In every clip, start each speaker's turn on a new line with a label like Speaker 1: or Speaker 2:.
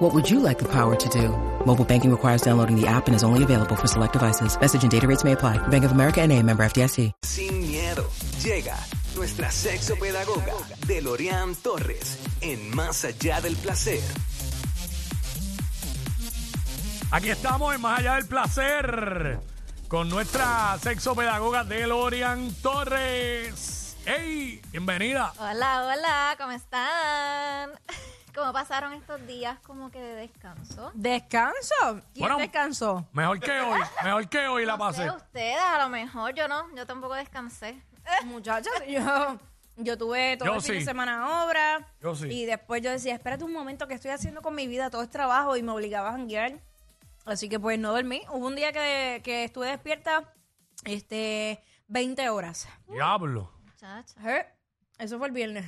Speaker 1: What would you like the power to do? Mobile banking requires downloading the app and is only available for select devices. Message and data rates may apply. Bank of America and a member FDIC.
Speaker 2: Sin miedo, llega nuestra sexopedagoga Delorian Torres en Más Allá del Placer.
Speaker 3: Aquí estamos en Más Allá del Placer con nuestra sexopedagoga Delorian Torres. ¡Ey! Bienvenida.
Speaker 4: Hola, hola, ¿cómo están? ¿Cómo pasaron estos días como que de descanso?
Speaker 5: ¿Descanso? ¿Quién
Speaker 3: Bueno,
Speaker 5: descansó?
Speaker 3: Mejor que hoy, mejor que hoy la
Speaker 4: No
Speaker 3: pasé.
Speaker 4: sé, ustedes a lo mejor, yo no, yo tampoco descansé.
Speaker 5: Muchachas, yo, yo tuve todo
Speaker 3: Yo
Speaker 5: el fin
Speaker 3: sí.
Speaker 5: de semana obra.
Speaker 3: Yo sí.
Speaker 5: Y después yo decía, espérate un momento, ¿qué estoy haciendo con mi vida? Todo es trabajo y me obligaba a janguear. Así que pues no dormí. Hubo un día que, que estuve despierta este, 20 horas.
Speaker 3: Diablo.
Speaker 4: Muchacha.
Speaker 5: Ajá. Eso fue el viernes.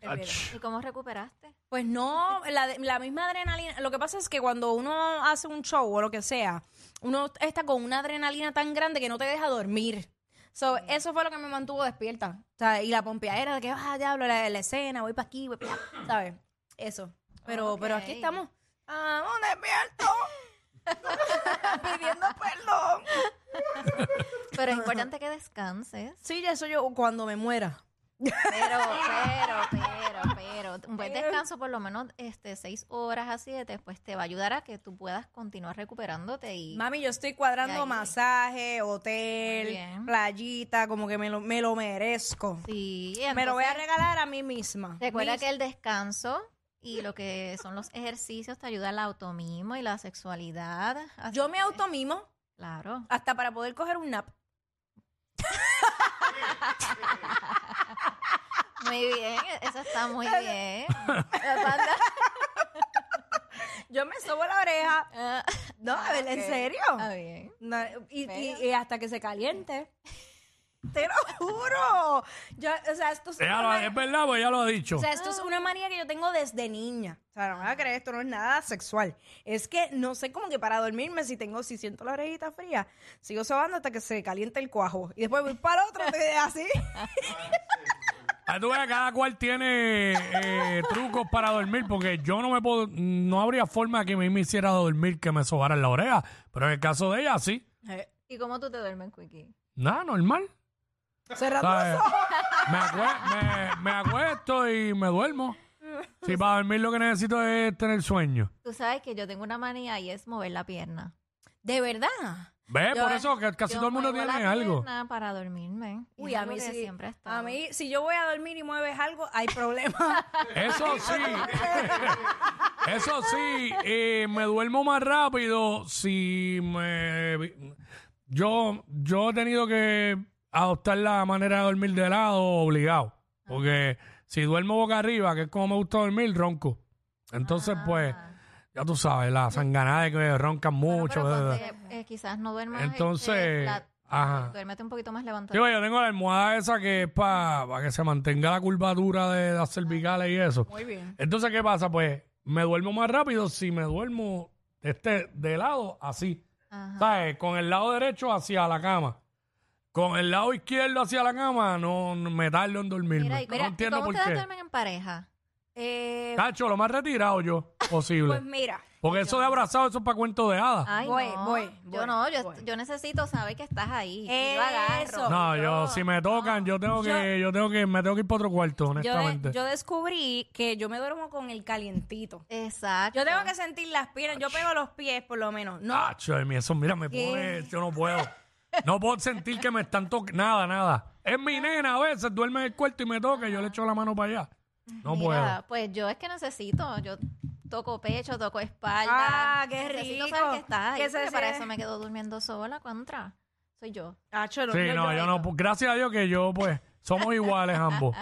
Speaker 5: El viernes.
Speaker 3: Ach.
Speaker 4: ¿Y cómo recuperaste?
Speaker 5: Pues no, la, de- la misma adrenalina. Lo que pasa es que cuando uno hace un show o lo que sea, uno está con una adrenalina tan grande que no te deja dormir. So,
Speaker 4: Mm.
Speaker 5: Eso fue lo que me mantuvo despierta. O sea, y la pompeadera de que, ah, diablo, la, la escena, voy para aquí, voy para allá. ¿Sabes? Eso. Pero, pero aquí
Speaker 4: Ok.
Speaker 5: estamos. Ah, despierto! Pidiendo perdón.
Speaker 4: Pero es importante que descanses.
Speaker 5: Sí, eso yo cuando me muera.
Speaker 4: Pero, pero, pero, pero. Un buen descanso, por lo menos este, seis horas a siete, pues te va a ayudar a que tú puedas continuar recuperándote y.
Speaker 5: Mami, yo estoy cuadrando
Speaker 4: Ya, ya.
Speaker 5: masaje,
Speaker 4: Muy
Speaker 5: hotel,
Speaker 4: bien.
Speaker 5: playita, como que me lo, me lo merezco.
Speaker 4: Sí,
Speaker 5: Me lo voy a
Speaker 4: entonces,
Speaker 5: regalar a mí misma.
Speaker 4: Recuerda
Speaker 5: Mis-
Speaker 4: que el descanso y lo que son los ejercicios te ayuda al automismo y la sexualidad. Así
Speaker 5: yo me
Speaker 4: que,
Speaker 5: automimo
Speaker 4: Claro.
Speaker 5: hasta para poder coger un nap.
Speaker 4: Muy bien, eso está muy bien. Amanda,
Speaker 5: Yo me sobo la oreja.
Speaker 4: ah,
Speaker 5: No, a ver, ¿en
Speaker 4: ok.
Speaker 5: serio?
Speaker 4: Está bien.
Speaker 5: No, y, y-
Speaker 4: Pero-
Speaker 5: y hasta que se caliente. Te lo juro. Yo, o sea, esto es,
Speaker 3: Ella
Speaker 5: una,
Speaker 3: lo-
Speaker 5: ma-
Speaker 3: es verdad, pues ya lo ha dicho.
Speaker 5: o sea, esto es una manía que yo tengo desde niña. O sea, no me vas a creer, esto no es nada sexual. Es que no sé como que para dormirme, si tengo, si siento la orejita fría, sigo sobando hasta que se caliente el cuajo. Y después voy para el otro, te- así.
Speaker 3: Ahí tú ves, cada cual tiene eh, trucos para dormir, porque yo no me puedo, no habría forma que me, me hiciera dormir que me sobara en la oreja. Pero en el caso de ella, sí.
Speaker 5: Eh,
Speaker 4: ¿Y cómo tú te duermes, Quickie?
Speaker 3: Nada, normal.
Speaker 5: Cerrando
Speaker 3: ¿Sabes?
Speaker 5: los ojos.
Speaker 3: Me, acue- me- me acuesto y me duermo. Si para dormir lo que necesito es tener sueño.
Speaker 4: Tú sabes que yo tengo una manía y es mover la pierna.
Speaker 5: De verdad.
Speaker 3: ¿Ves?
Speaker 5: Yo-
Speaker 3: Por eso que casi
Speaker 4: Yo
Speaker 3: todo el mundo
Speaker 4: muevo
Speaker 3: tiene
Speaker 4: la
Speaker 3: algo.
Speaker 4: pierna para dormirme. Y
Speaker 5: Uy,
Speaker 4: es
Speaker 5: a
Speaker 4: algo
Speaker 5: mí
Speaker 4: que
Speaker 5: sí.
Speaker 4: siempre ha estado.
Speaker 5: A mí, si yo voy a dormir y mueves algo, hay problema.
Speaker 3: Eso sí. eso sí, eh, me duermo más rápido si me... Yo, yo he tenido que adoptar la manera de dormir de lado obligado. Porque si duermo boca arriba, que es como me gusta dormir, ronco. Entonces,
Speaker 4: Ah.
Speaker 3: pues, ya tú sabes, la sanganada de que roncan
Speaker 4: Bueno,
Speaker 3: mucho.
Speaker 4: pero
Speaker 3: bla, bla, bla.
Speaker 4: ponte, eh, quizás no duermas. eh,
Speaker 3: Entonces,
Speaker 4: flat.
Speaker 3: ajá.
Speaker 4: Duérmete un poquito más
Speaker 3: Sí,
Speaker 4: levantado.
Speaker 3: pues, yo tengo la almohada esa que es para que se mantenga la curvatura de las cervicales y eso.
Speaker 5: Muy bien.
Speaker 3: Entonces, ¿qué pasa? Pues me duermo más rápido si me duermo de, este, de lado así.
Speaker 4: Ajá.
Speaker 3: ¿Sabes? Con el lado derecho hacia la cama. Con el lado izquierdo hacia la cama, no, no me tardo en dormirme.
Speaker 4: Mira, ¿y
Speaker 3: no
Speaker 4: cómo, y
Speaker 3: entiendo
Speaker 4: cómo
Speaker 3: por
Speaker 4: ustedes
Speaker 3: qué.
Speaker 4: duermen en pareja?
Speaker 5: Eh,
Speaker 3: Cacho, lo más retirado yo posible.
Speaker 5: pues mira,
Speaker 3: Porque eso de abrazado, eso es para cuento de hadas.
Speaker 4: Ay,
Speaker 5: Voy,
Speaker 4: no.
Speaker 5: voy,
Speaker 4: Yo
Speaker 5: voy,
Speaker 4: no, yo,
Speaker 5: voy.
Speaker 4: yo necesito saber que estás ahí. Y yo agarro.
Speaker 5: Eso.
Speaker 3: no, yo, si me tocan, yo tengo que, yo tengo que, me tengo que ir para otro cuarto,
Speaker 5: yo, de-
Speaker 3: honestamente.
Speaker 5: yo descubrí que yo me duermo con el calientito.
Speaker 4: Exacto.
Speaker 5: Yo tengo que sentir las piernas, yo pego los pies por lo menos. No,
Speaker 3: Acho, de mí, eso, mira, me pone, yo no puedo. No puedo sentir que me están tocando, nada, nada. Es mi nena a veces, duerme en el cuarto y me toca y yo le echo la mano para allá. No
Speaker 4: Mira,
Speaker 3: puedo.
Speaker 4: pues yo es que necesito, yo toco pecho, toco espalda.
Speaker 5: Ah, qué
Speaker 4: Necesito
Speaker 5: rico.
Speaker 4: saber que estás ahí,
Speaker 5: Que se-
Speaker 4: porque para
Speaker 5: se-
Speaker 4: eso me quedo durmiendo sola contra. Soy yo.
Speaker 5: Acho,
Speaker 3: Sí, no, yo no, pues, gracias a Dios que yo, pues, somos iguales ambos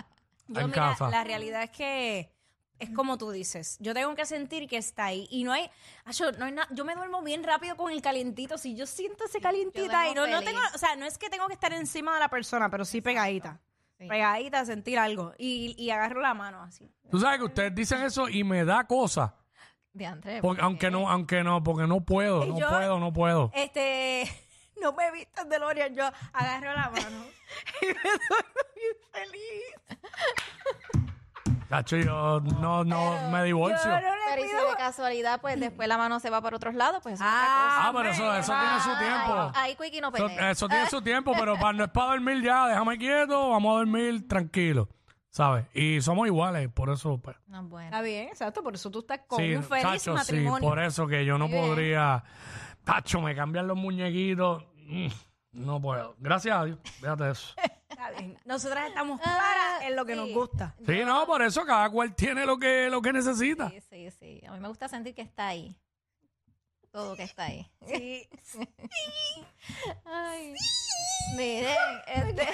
Speaker 5: yo,
Speaker 3: en
Speaker 5: mira,
Speaker 3: casa.
Speaker 5: La realidad es que es como tú dices. Yo tengo que sentir que está ahí. Y no hay. ah, Yo, no hay na- yo me duermo bien rápido con el calientito. Si yo siento ese calientito
Speaker 4: duermo
Speaker 5: ahí, no, no
Speaker 4: feliz.
Speaker 5: tengo. O sea, no es que tengo que estar encima de la persona, pero sí pegadita.
Speaker 4: Sí.
Speaker 5: Pegadita, sentir algo. Y, y agarro la mano así.
Speaker 3: Tú sabes que ustedes dicen eso y me da cosa.
Speaker 4: De Andrés.
Speaker 3: Porque, aunque no, aunque no, porque no puedo,
Speaker 5: Y
Speaker 3: no
Speaker 5: yo-
Speaker 3: puedo, no puedo.
Speaker 5: Este. No me vistas de Lorian. Yo agarro la mano. y me duermo bien feliz.
Speaker 3: Chacho, yo no, no, me divorcio.
Speaker 5: Yo no le
Speaker 4: Pero y si
Speaker 5: pido-
Speaker 4: de casualidad, pues después la mano se va para otros lados, pues eso es
Speaker 5: Ah,
Speaker 3: Ah, pero eso, eso tiene su tiempo.
Speaker 4: Ahí, ahí Quickie no
Speaker 3: Eso,
Speaker 4: pelea.
Speaker 3: eso tiene su tiempo, pero para, no es para dormir ya, déjame quieto, vamos a dormir tranquilo, ¿sabes? Y somos iguales, por eso, pues.
Speaker 4: No, bueno.
Speaker 5: Está bien, exacto. Por eso tú estás con
Speaker 3: Sí,
Speaker 5: un feliz
Speaker 3: chacho, sí,
Speaker 5: matrimonio.
Speaker 3: por eso que yo no podría. Tacho, me cambian los muñequitos. mm, No puedo. Gracias a Dios. Fíjate eso.
Speaker 5: Está bien. Nosotras estamos
Speaker 4: Ah,
Speaker 5: claras en lo que nos gusta.
Speaker 3: Sí, no, por eso cada cual tiene lo que, lo que necesita.
Speaker 4: Sí, sí, sí. A mí me gusta sentir que está ahí. Todo que está ahí.
Speaker 5: Sí.
Speaker 4: Ay. Miren, este,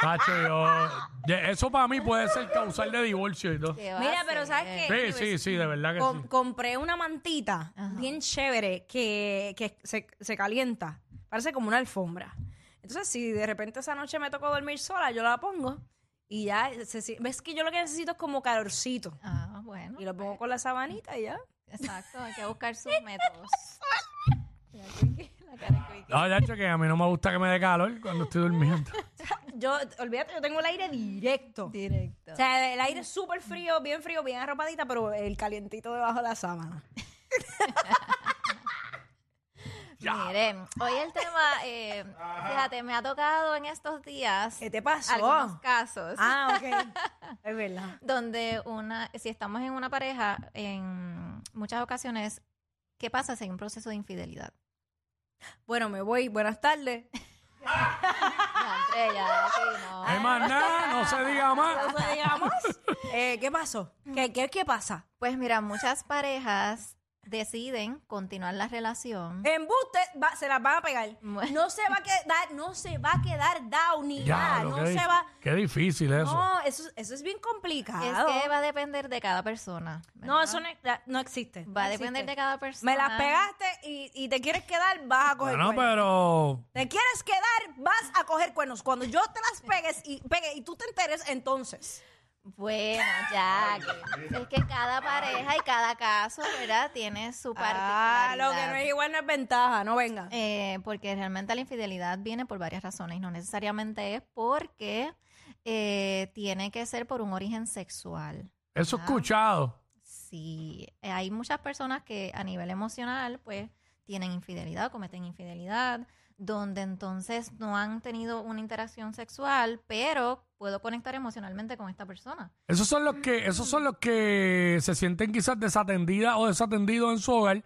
Speaker 3: Tacho, yo. ya, Eso para mí puede ser causal de divorcio y todo.
Speaker 4: ¿qué va a
Speaker 5: Mira, pero
Speaker 4: hacer?
Speaker 5: ¿sabes
Speaker 3: Sí,
Speaker 5: qué?
Speaker 3: sí, sí, de verdad que
Speaker 5: Com-
Speaker 3: sí.
Speaker 5: compré una mantita
Speaker 4: Ajá.
Speaker 5: bien chévere que, que se, se calienta. Parece como una alfombra. Entonces, si de repente esa noche me tocó dormir sola, yo la pongo y ya. se si- ¿Ves que yo lo que necesito es como calorcito?
Speaker 4: Ah, bueno.
Speaker 5: Y lo pongo con la sabanita y ya.
Speaker 4: Exacto, hay que buscar sus métodos. La Quickie, la cara de Quickie.
Speaker 3: No, chacho, que a mí no me gusta que me dé calor cuando estoy durmiendo.
Speaker 5: Yo, olvídate, yo tengo el aire directo.
Speaker 4: Directo.
Speaker 5: O sea, el aire es súper frío, bien frío, bien arropadita, pero el calientito debajo de la sábana.
Speaker 4: Miren, hoy el tema, eh, fíjate, me ha tocado en estos días
Speaker 5: ¿Qué te pasó?
Speaker 4: algunos casos
Speaker 5: Ah, ok. Es verdad.
Speaker 4: donde una, si estamos en una pareja, en muchas ocasiones, ¿qué pasa si hay un proceso de infidelidad?
Speaker 5: Bueno, me voy. Buenas tardes.
Speaker 4: Ya, Andrea, ya, aquí no.
Speaker 3: No hay más nada, no se diga más.
Speaker 5: Entonces, digamos, eh, ¿qué pasó? ¿Qué, qué, qué pasa?
Speaker 4: Pues mira, muchas parejas deciden continuar la relación.
Speaker 5: Eh, Embuste, va- se las van a pegar. No se va a quedar, no se va a quedar down ni nada.
Speaker 3: Ya,
Speaker 5: No
Speaker 3: qué, di-
Speaker 5: se va.
Speaker 3: qué difícil eso.
Speaker 5: No, eso, eso es bien
Speaker 4: Es
Speaker 5: complicado.
Speaker 4: que va a depender de cada persona. ¿verdad?
Speaker 5: no, eso no, no existe. no
Speaker 4: va a depender
Speaker 5: existe.
Speaker 4: de cada persona.
Speaker 5: Me las pegaste y, y te quieres quedar, vas a coger
Speaker 3: Bueno,
Speaker 5: cuernos.
Speaker 3: pero
Speaker 5: Te quieres quedar, vas a coger cuernos. Cuando yo te las pegues y pegue y tú te enteres, entonces.
Speaker 4: Bueno, ya. es que cada pareja y cada caso, ¿verdad? Tiene su particularidad.
Speaker 5: Ah, lo que no es igual no es ventaja, no venga.
Speaker 4: Eh, porque realmente la infidelidad viene por varias razones y no necesariamente es porque eh, tiene que ser por un origen sexual.
Speaker 3: eso he escuchado.
Speaker 4: Sí, eh, hay muchas personas que a nivel emocional pues tienen infidelidad, cometen infidelidad, donde entonces no han tenido una interacción sexual, pero puedo conectar emocionalmente con esta persona.
Speaker 3: Esos son los que, esos son los que se sienten quizás desatendidas o desatendidos en su hogar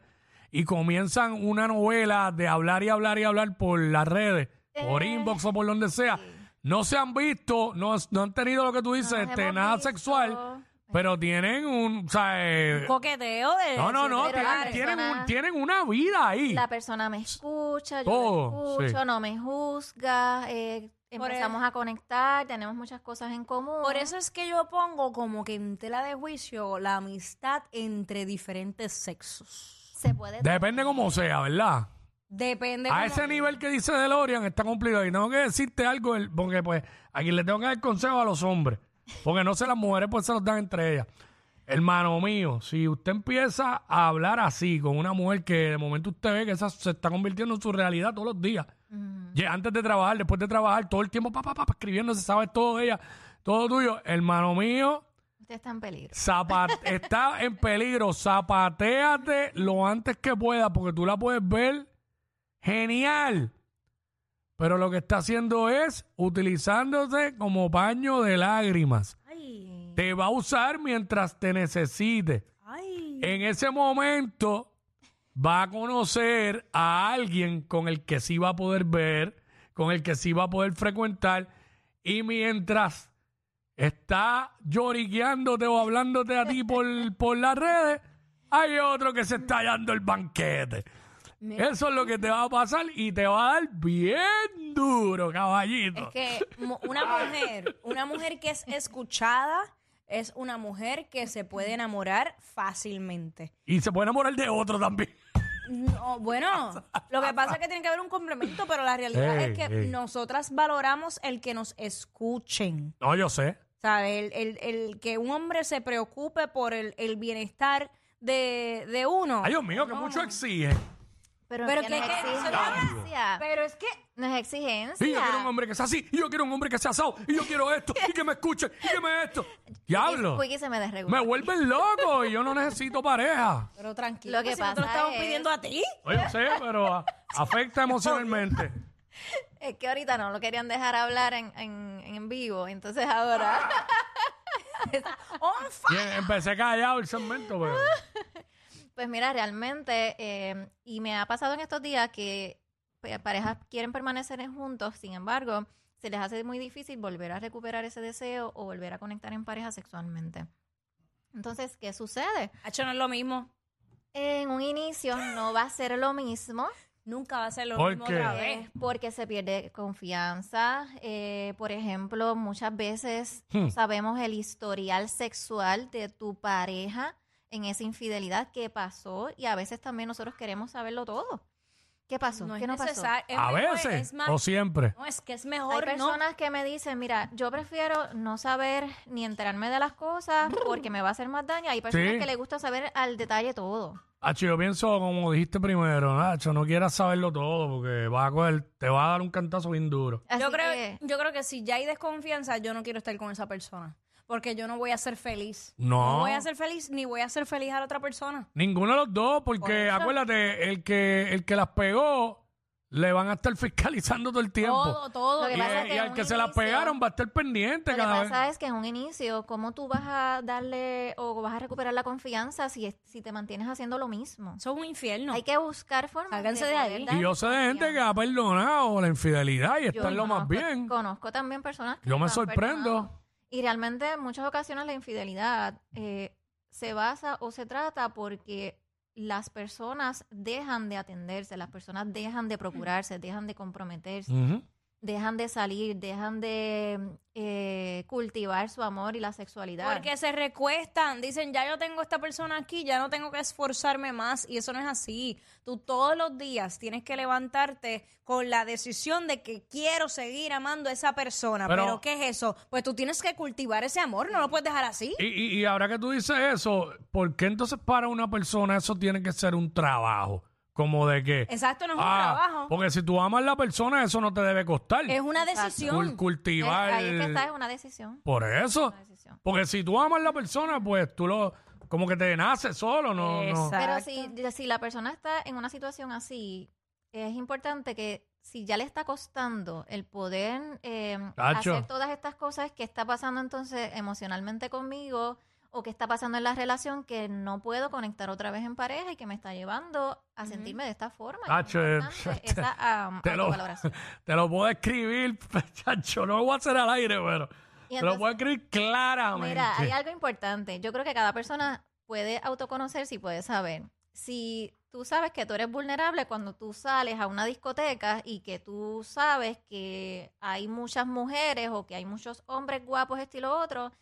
Speaker 3: y comienzan una novela de hablar y hablar y hablar por las redes,
Speaker 4: Eh,
Speaker 3: por inbox o por donde sea. No se han visto, no, no han tenido lo que tú dices,
Speaker 4: nos
Speaker 3: este,
Speaker 4: hemos
Speaker 3: nada
Speaker 4: visto.
Speaker 3: sexual, pero tienen un, o sea, eh,
Speaker 5: Coqueteo de.
Speaker 3: no, no, no,
Speaker 4: pero
Speaker 3: tienen,
Speaker 4: la
Speaker 3: tienen un-
Speaker 4: persona-
Speaker 3: tienen una vida ahí.
Speaker 4: La persona me escucha, yo
Speaker 3: Todo,
Speaker 4: la
Speaker 3: sí.
Speaker 4: escucho, no me juzga, eh,
Speaker 5: Por
Speaker 4: empezamos a conectar, tenemos muchas cosas en común.
Speaker 5: Por eso es que yo pongo como que en tela de juicio la amistad entre diferentes sexos.
Speaker 4: se puede
Speaker 3: Depende como sea, ¿verdad?
Speaker 5: Depende.
Speaker 3: A
Speaker 5: cómo-
Speaker 3: ese nivel que dice DeLorean está complicado. Y tengo que decirte algo, el- porque pues aquí le tengo que dar consejo a los hombres. Porque no sé, las mujeres pues se los dan entre ellas. Hermano mío, si usted empieza a hablar así con una mujer que de momento usted ve que esa se está convirtiendo en su realidad todos los días. Ya Antes de trabajar, después de trabajar, todo el tiempo, papá, papá, escribiendo, se sabe todo de ella, todo tuyo. Hermano mío,
Speaker 4: usted está en peligro.
Speaker 3: Zapa- está en peligro. Zapateate lo antes que pueda porque tú la puedes ver genial. Pero lo que está haciendo es utilizándose como paño de lágrimas.
Speaker 5: Ay,
Speaker 3: Te va a usar mientras te necesite.
Speaker 5: ay.
Speaker 3: En ese momento va a conocer a alguien con el que sí va a poder ver, con el que sí va a poder frecuentar. Y mientras está lloriqueándote o hablándote a ti por, por las redes, hay otro que se está dando el banquete. Eso es lo que te va a pasar y te va a dar bien duro, caballito.
Speaker 5: Es que mu- una mujer, una mujer que es escuchada, es una mujer que se puede enamorar fácilmente.
Speaker 3: Y se puede enamorar de otro también.
Speaker 5: No, bueno, lo que pasa es que tiene que haber un complemento, pero la realidad
Speaker 3: Ey,
Speaker 5: es que
Speaker 3: ey.
Speaker 5: nosotras valoramos el que nos escuchen.
Speaker 3: No, yo sé.
Speaker 5: ¿Sabes? El, el- el que un hombre se preocupe por el, el bienestar de, de uno.
Speaker 3: Ay, Dios mío, que mucho exige.
Speaker 4: Pero,
Speaker 5: Pero
Speaker 4: que
Speaker 5: que-
Speaker 4: no es
Speaker 5: que-
Speaker 4: exigencia.
Speaker 5: Pero es que
Speaker 4: No es exigencia.
Speaker 3: Y yo quiero un hombre que sea así, y yo quiero un hombre que sea asado, y yo quiero esto, y que me escuche, y que me esto. Diablo.
Speaker 4: Quickie se me desregula.
Speaker 3: Me vuelven loco y yo no necesito pareja.
Speaker 5: Pero tranquilo,
Speaker 4: Lo que
Speaker 5: si no te lo
Speaker 4: pasa
Speaker 5: estamos
Speaker 4: es-
Speaker 5: pidiendo a ti.
Speaker 3: No, Yo sé, pero a- afecta emocionalmente.
Speaker 4: Es que ahorita no lo querían dejar hablar en, en, en vivo, entonces ahora.
Speaker 5: On
Speaker 3: Y em- empecé callado el segmento, pero.
Speaker 4: Pues mira, realmente, eh, y me ha pasado en estos días que pe- parejas quieren permanecer en juntos, sin embargo, se les hace muy difícil volver a recuperar ese deseo o volver a conectar en pareja sexualmente. Entonces, ¿qué sucede?
Speaker 5: Hacho, no es lo mismo.
Speaker 4: En un inicio no va a ser lo mismo,
Speaker 5: Nunca va a ser lo
Speaker 3: ¿Por
Speaker 5: mismo
Speaker 3: qué?
Speaker 5: otra
Speaker 4: eh,
Speaker 5: vez.
Speaker 4: porque se pierde confianza. eh, por ejemplo, muchas veces
Speaker 3: Hmm.
Speaker 4: sabemos el historial sexual de tu pareja en esa infidelidad que pasó y a veces también nosotros queremos saberlo todo. ¿Qué pasó?
Speaker 5: No
Speaker 4: ¿Qué
Speaker 5: es
Speaker 4: no pasó?
Speaker 5: necesario. es
Speaker 3: A
Speaker 5: mejor,
Speaker 3: veces,
Speaker 5: es más-
Speaker 3: o siempre.
Speaker 5: no, es que es
Speaker 4: Hay
Speaker 5: mejor no.
Speaker 4: personas que me dicen, mira, yo prefiero no saber ni enterarme de las cosas porque me va a hacer más daño. Hay personas
Speaker 3: Sí.
Speaker 4: que les gusta saber al detalle todo.
Speaker 3: Hacho, yo pienso, como dijiste primero, Nacho, no quieras saberlo todo porque vas a coger, te va a dar un cantazo bien duro.
Speaker 4: Así
Speaker 5: Yo creo,
Speaker 4: que-
Speaker 5: yo creo que si ya hay desconfianza, yo no quiero estar con esa persona. Porque yo no voy a ser feliz.
Speaker 3: No.
Speaker 5: voy a ser feliz ni voy a ser feliz a la otra persona.
Speaker 3: Ninguno de los dos,
Speaker 5: Por
Speaker 3: porque
Speaker 5: eso.
Speaker 3: acuérdate, el que, el que las pegó, le van a estar fiscalizando todo el tiempo.
Speaker 5: Todo, todo.
Speaker 4: Lo que
Speaker 3: Y,
Speaker 4: pasa
Speaker 3: eh,
Speaker 4: es que
Speaker 3: y
Speaker 4: en
Speaker 3: al
Speaker 4: un
Speaker 3: que se las
Speaker 4: inicio-
Speaker 3: pegaron va a estar pendiente
Speaker 4: Lo que
Speaker 3: cada
Speaker 4: pasa
Speaker 3: vez.
Speaker 4: es que en un inicio, ¿cómo tú vas a darle o vas a recuperar la confianza si, es- si te mantienes haciendo lo mismo?
Speaker 5: Eso es un infierno.
Speaker 4: Hay que buscar formas
Speaker 5: Sálganse de
Speaker 4: poder
Speaker 5: ahí.
Speaker 4: darle
Speaker 3: Y yo sé de gente que
Speaker 4: confianza.
Speaker 3: ha perdonado la infidelidad y
Speaker 4: Yo pues,
Speaker 3: está en lo más
Speaker 4: conozco-
Speaker 3: bien.
Speaker 4: Conozco también personas que
Speaker 3: Yo me
Speaker 4: lo han
Speaker 3: sorprendo.
Speaker 4: perdonado. Y realmente en muchas ocasiones la infidelidad eh, se basa o se trata porque las personas dejan de atenderse, las personas dejan de procurarse, dejan de comprometerse.
Speaker 3: Ujú.
Speaker 4: dejan de salir, dejan de eh, cultivar su amor y la sexualidad.
Speaker 5: Porque se recuestan, dicen, ya yo tengo esta persona aquí, ya no tengo que esforzarme más. Y eso no es así. Tú todos los días tienes que levantarte con la decisión de que quiero seguir amando a esa persona.
Speaker 3: Pero-
Speaker 5: Pero, ¿qué es eso? Pues tú tienes que cultivar ese amor, no lo puedes dejar así.
Speaker 3: Y, y, y ahora que tú dices eso, ¿por qué entonces para una persona eso tiene que ser un trabajo? Como de que.
Speaker 5: Exacto, no es
Speaker 3: ah,
Speaker 5: un trabajo.
Speaker 3: Porque si tú amas a la persona, eso no te debe costar.
Speaker 5: Es una
Speaker 4: Exacto.
Speaker 5: decisión.
Speaker 3: Cul- cultivar.
Speaker 4: Ahí es que está, es una decisión.
Speaker 3: Por eso.
Speaker 4: una decisión.
Speaker 3: Porque si tú amas a la persona, pues tú lo. Como que te nace solo, ¿no? no.
Speaker 4: Pero si, si la persona está en una situación así, es importante que si ya le está costando el poder eh,
Speaker 3: Tacho.
Speaker 4: hacer todas estas cosas que está pasando entonces emocionalmente conmigo o que está pasando en la relación que no puedo conectar otra vez en pareja y que me está llevando a sentirme de esta forma. Y es
Speaker 3: Tacho, eh,
Speaker 4: importante
Speaker 3: te-
Speaker 4: esa um,
Speaker 3: te, lo,
Speaker 4: autovaloración.
Speaker 3: te lo puedo escribir, chacho. No lo voy a hacer al aire, pero. te
Speaker 4: Y
Speaker 3: lo
Speaker 4: entonces-
Speaker 3: puedo escribir claramente.
Speaker 4: Mira, hay algo importante. Yo creo que cada persona puede autoconocerse y puede saber. Si tú sabes que tú eres vulnerable cuando tú sales a una discoteca y que tú sabes que hay muchas mujeres o que hay muchos hombres guapos, estilo otro,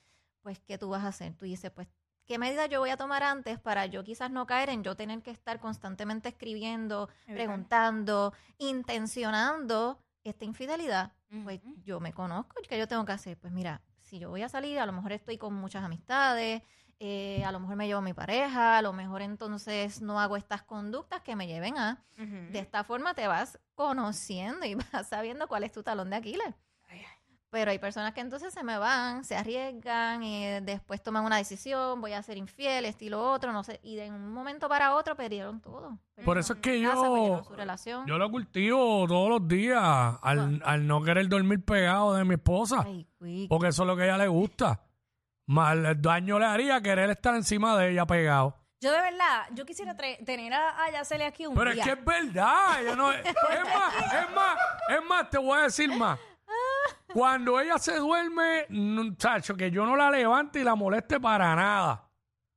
Speaker 4: pues ¿qué tú vas a hacer? Tú dices, pues, ¿qué medida yo voy a tomar antes para yo quizás no caer en yo tener que estar constantemente escribiendo, preguntando, intencionando esta infidelidad? pues
Speaker 5: Ujú.
Speaker 4: yo me conozco y que yo tengo que hacer. Pues mira, si yo voy a salir, a lo mejor estoy con muchas amistades, eh, a lo mejor me llevo a mi pareja, a lo mejor entonces no hago estas conductas que me lleven a.
Speaker 5: Ujú.
Speaker 4: De esta forma te vas conociendo y vas sabiendo cuál es tu talón de Aquiles.
Speaker 5: Ay, ay.
Speaker 4: Pero hay personas que entonces se me van, se arriesgan, eh, después toman una decisión, voy a ser infiel, estilo otro, no sé, y de un momento para otro perdieron todo.
Speaker 3: Por eso es que
Speaker 4: Perdieron su casa,
Speaker 3: yo.
Speaker 4: perdieron su relación.
Speaker 3: Yo lo cultivo todos los días al, al no querer dormir pegado de mi esposa,
Speaker 4: Ay, quick.
Speaker 3: porque eso es lo que a ella le gusta. Más el daño le haría querer estar encima de ella pegado.
Speaker 5: Yo de verdad, yo quisiera tra- tener a, a Yaceli aquí un
Speaker 3: Pero
Speaker 5: día.
Speaker 3: es que es verdad, ella no es, es más, es más, es más, te voy a decir más. Cuando ella se duerme, no, chacho, que yo no la levante y la moleste para nada.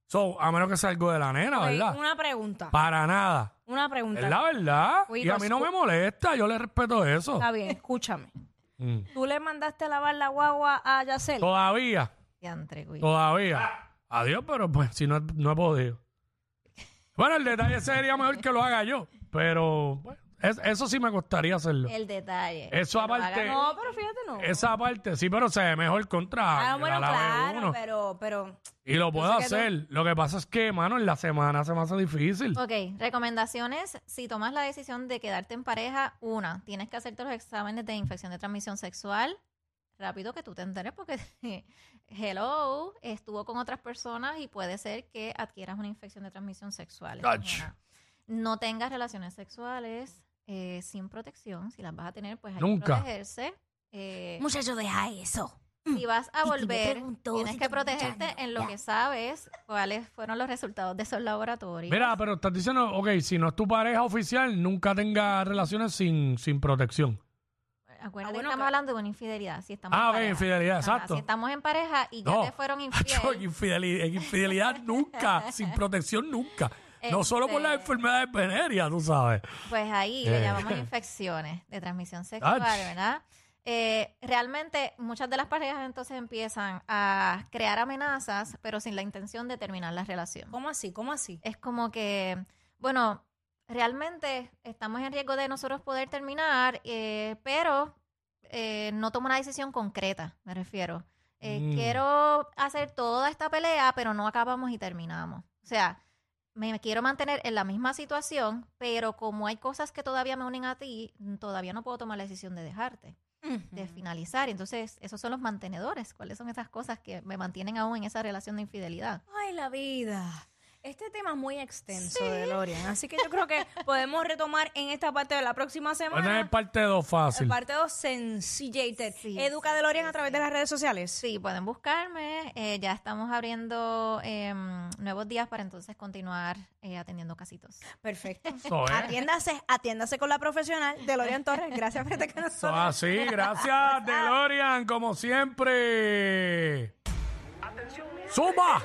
Speaker 3: So, a menos que sea algo de la nena,
Speaker 5: Ok,
Speaker 3: ¿verdad?
Speaker 5: Pues Una pregunta,
Speaker 3: Para nada.
Speaker 5: una
Speaker 3: Es
Speaker 5: pregunta.
Speaker 3: la verdad.
Speaker 5: Oye,
Speaker 3: Y a
Speaker 5: pues,
Speaker 3: mí no me molesta, yo le respeto eso.
Speaker 5: Está bien, escúchame.
Speaker 3: Mm.
Speaker 5: ¿Tú le mandaste a lavar la guagua a Yaceli?
Speaker 3: Todavía.
Speaker 4: Diantre,
Speaker 3: Oh,
Speaker 4: güey.
Speaker 3: Todavía.
Speaker 5: Ah.
Speaker 3: Adiós, pero pues si no, no he podido. Bueno, el detalle sería mejor que lo haga yo, pero bueno, es- eso sí me costaría hacerlo.
Speaker 4: El detalle.
Speaker 3: Eso
Speaker 4: Que lo haga-
Speaker 3: aparte-
Speaker 5: No, pero fíjate, no.
Speaker 3: Eh, Esa parte sí, pero se ve mejor contra
Speaker 5: Ah, bueno,
Speaker 3: la lave
Speaker 5: claro,
Speaker 3: uno.
Speaker 5: pero, pero
Speaker 3: Y lo puedo
Speaker 5: sé que tú-
Speaker 3: hacer. Lo que pasa es que, mano, en la semana se me hace difícil.
Speaker 4: Ok, recomendaciones. Si tomas la decisión de quedarte en pareja, una, tienes que hacerte los exámenes de infección de transmisión sexual. Rápido que tú te enteres porque, hello, estuvo con otras personas y puede ser que adquieras una infección de transmisión sexual. Esa es
Speaker 3: Ach.
Speaker 4: una. No tengas relaciones sexuales eh, sin protección. Si las vas a tener, pues hay
Speaker 3: Nunca.
Speaker 4: que protegerse. Eh,
Speaker 5: Muchacho, deja eso. Mm.
Speaker 4: si vas a
Speaker 5: Y si me
Speaker 4: volver,
Speaker 5: preguntó
Speaker 4: tienes
Speaker 5: si
Speaker 4: que
Speaker 5: te escucharon,
Speaker 4: protegerte en lo
Speaker 5: ya.
Speaker 4: que sabes, cuáles fueron los resultados de esos laboratorios.
Speaker 3: Mira, pero estás diciendo, ok, si no es tu pareja oficial, nunca tenga relaciones sin, sin protección.
Speaker 4: Acuérdate
Speaker 5: Ah, bueno,
Speaker 4: que estamos
Speaker 5: que-
Speaker 4: hablando de una infidelidad. Si estamos
Speaker 3: Ah,
Speaker 4: en
Speaker 3: ok,
Speaker 4: pareja.
Speaker 3: infidelidad,
Speaker 4: Ajá,
Speaker 3: exacto.
Speaker 4: Si estamos en pareja y ya
Speaker 3: No. Ah,
Speaker 4: te fueron
Speaker 3: Yo,
Speaker 4: infiel.
Speaker 3: infidelidad, infidelidad nunca, sin protección nunca. No solo por las
Speaker 4: Este.
Speaker 3: enfermedades venéreas, tú sabes.
Speaker 4: Pues ahí
Speaker 3: Eh.
Speaker 4: le llamamos infecciones de transmisión sexual,
Speaker 3: Ach.
Speaker 4: ¿verdad? Eh, realmente muchas de las parejas entonces empiezan a crear amenazas, pero sin la intención de terminar la relación.
Speaker 5: ¿Cómo así? ¿Cómo así?
Speaker 4: Es como que, bueno, realmente estamos en riesgo de nosotros poder terminar, eh, pero eh, no tomo una decisión concreta, me refiero. Eh,
Speaker 3: Mm.
Speaker 4: Quiero hacer toda esta pelea, pero no acabamos y terminamos. O sea, me quiero mantener en la misma situación, pero como hay cosas que todavía me unen a ti, todavía no puedo tomar la decisión de dejarte de finalizar. Entonces, esos son los mantenedores. ¿Cuáles son esas cosas que me mantienen aún en esa relación de infidelidad?
Speaker 5: Ay, la vida. Este tema es muy extenso de Lorian, así que yo creo que podemos retomar en esta parte de la próxima
Speaker 3: Bueno, es
Speaker 5: semana.
Speaker 3: parte dos fácil.
Speaker 5: Parte 2 Sensillator.
Speaker 4: Sí,
Speaker 5: Educa
Speaker 4: sí,
Speaker 5: de Lorian
Speaker 4: sí,
Speaker 5: a través
Speaker 4: sí.
Speaker 5: de las redes sociales.
Speaker 4: Sí, pueden buscarme. eh, ya estamos abriendo em, nuevos días para entonces continuar eh, atendiendo casitos.
Speaker 5: Perfecto.
Speaker 3: Eso es.
Speaker 5: Atiéndase, atiéndase con la profesional de Lorian Torres. Gracias por estar con
Speaker 3: Eso es
Speaker 5: nosotros.
Speaker 3: así, gracias DeLorean, como siempre. ¡Zumba!